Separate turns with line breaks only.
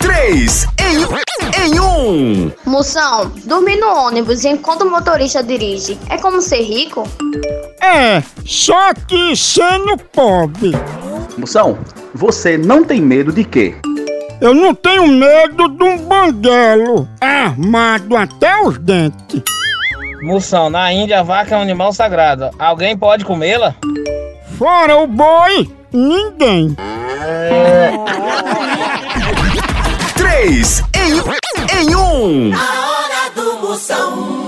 Três em, em um.
Moção, dormir no ônibus enquanto o motorista dirige é como ser rico?
É, só que sendo pobre.
Moção, você não tem medo de quê?
Eu não tenho medo de um banguelo armado até os dentes.
Moção, na Índia a vaca é um animal sagrado. Alguém pode comê-la?
Fora o boi, ninguém.
Três em, em um.
A hora do Moção.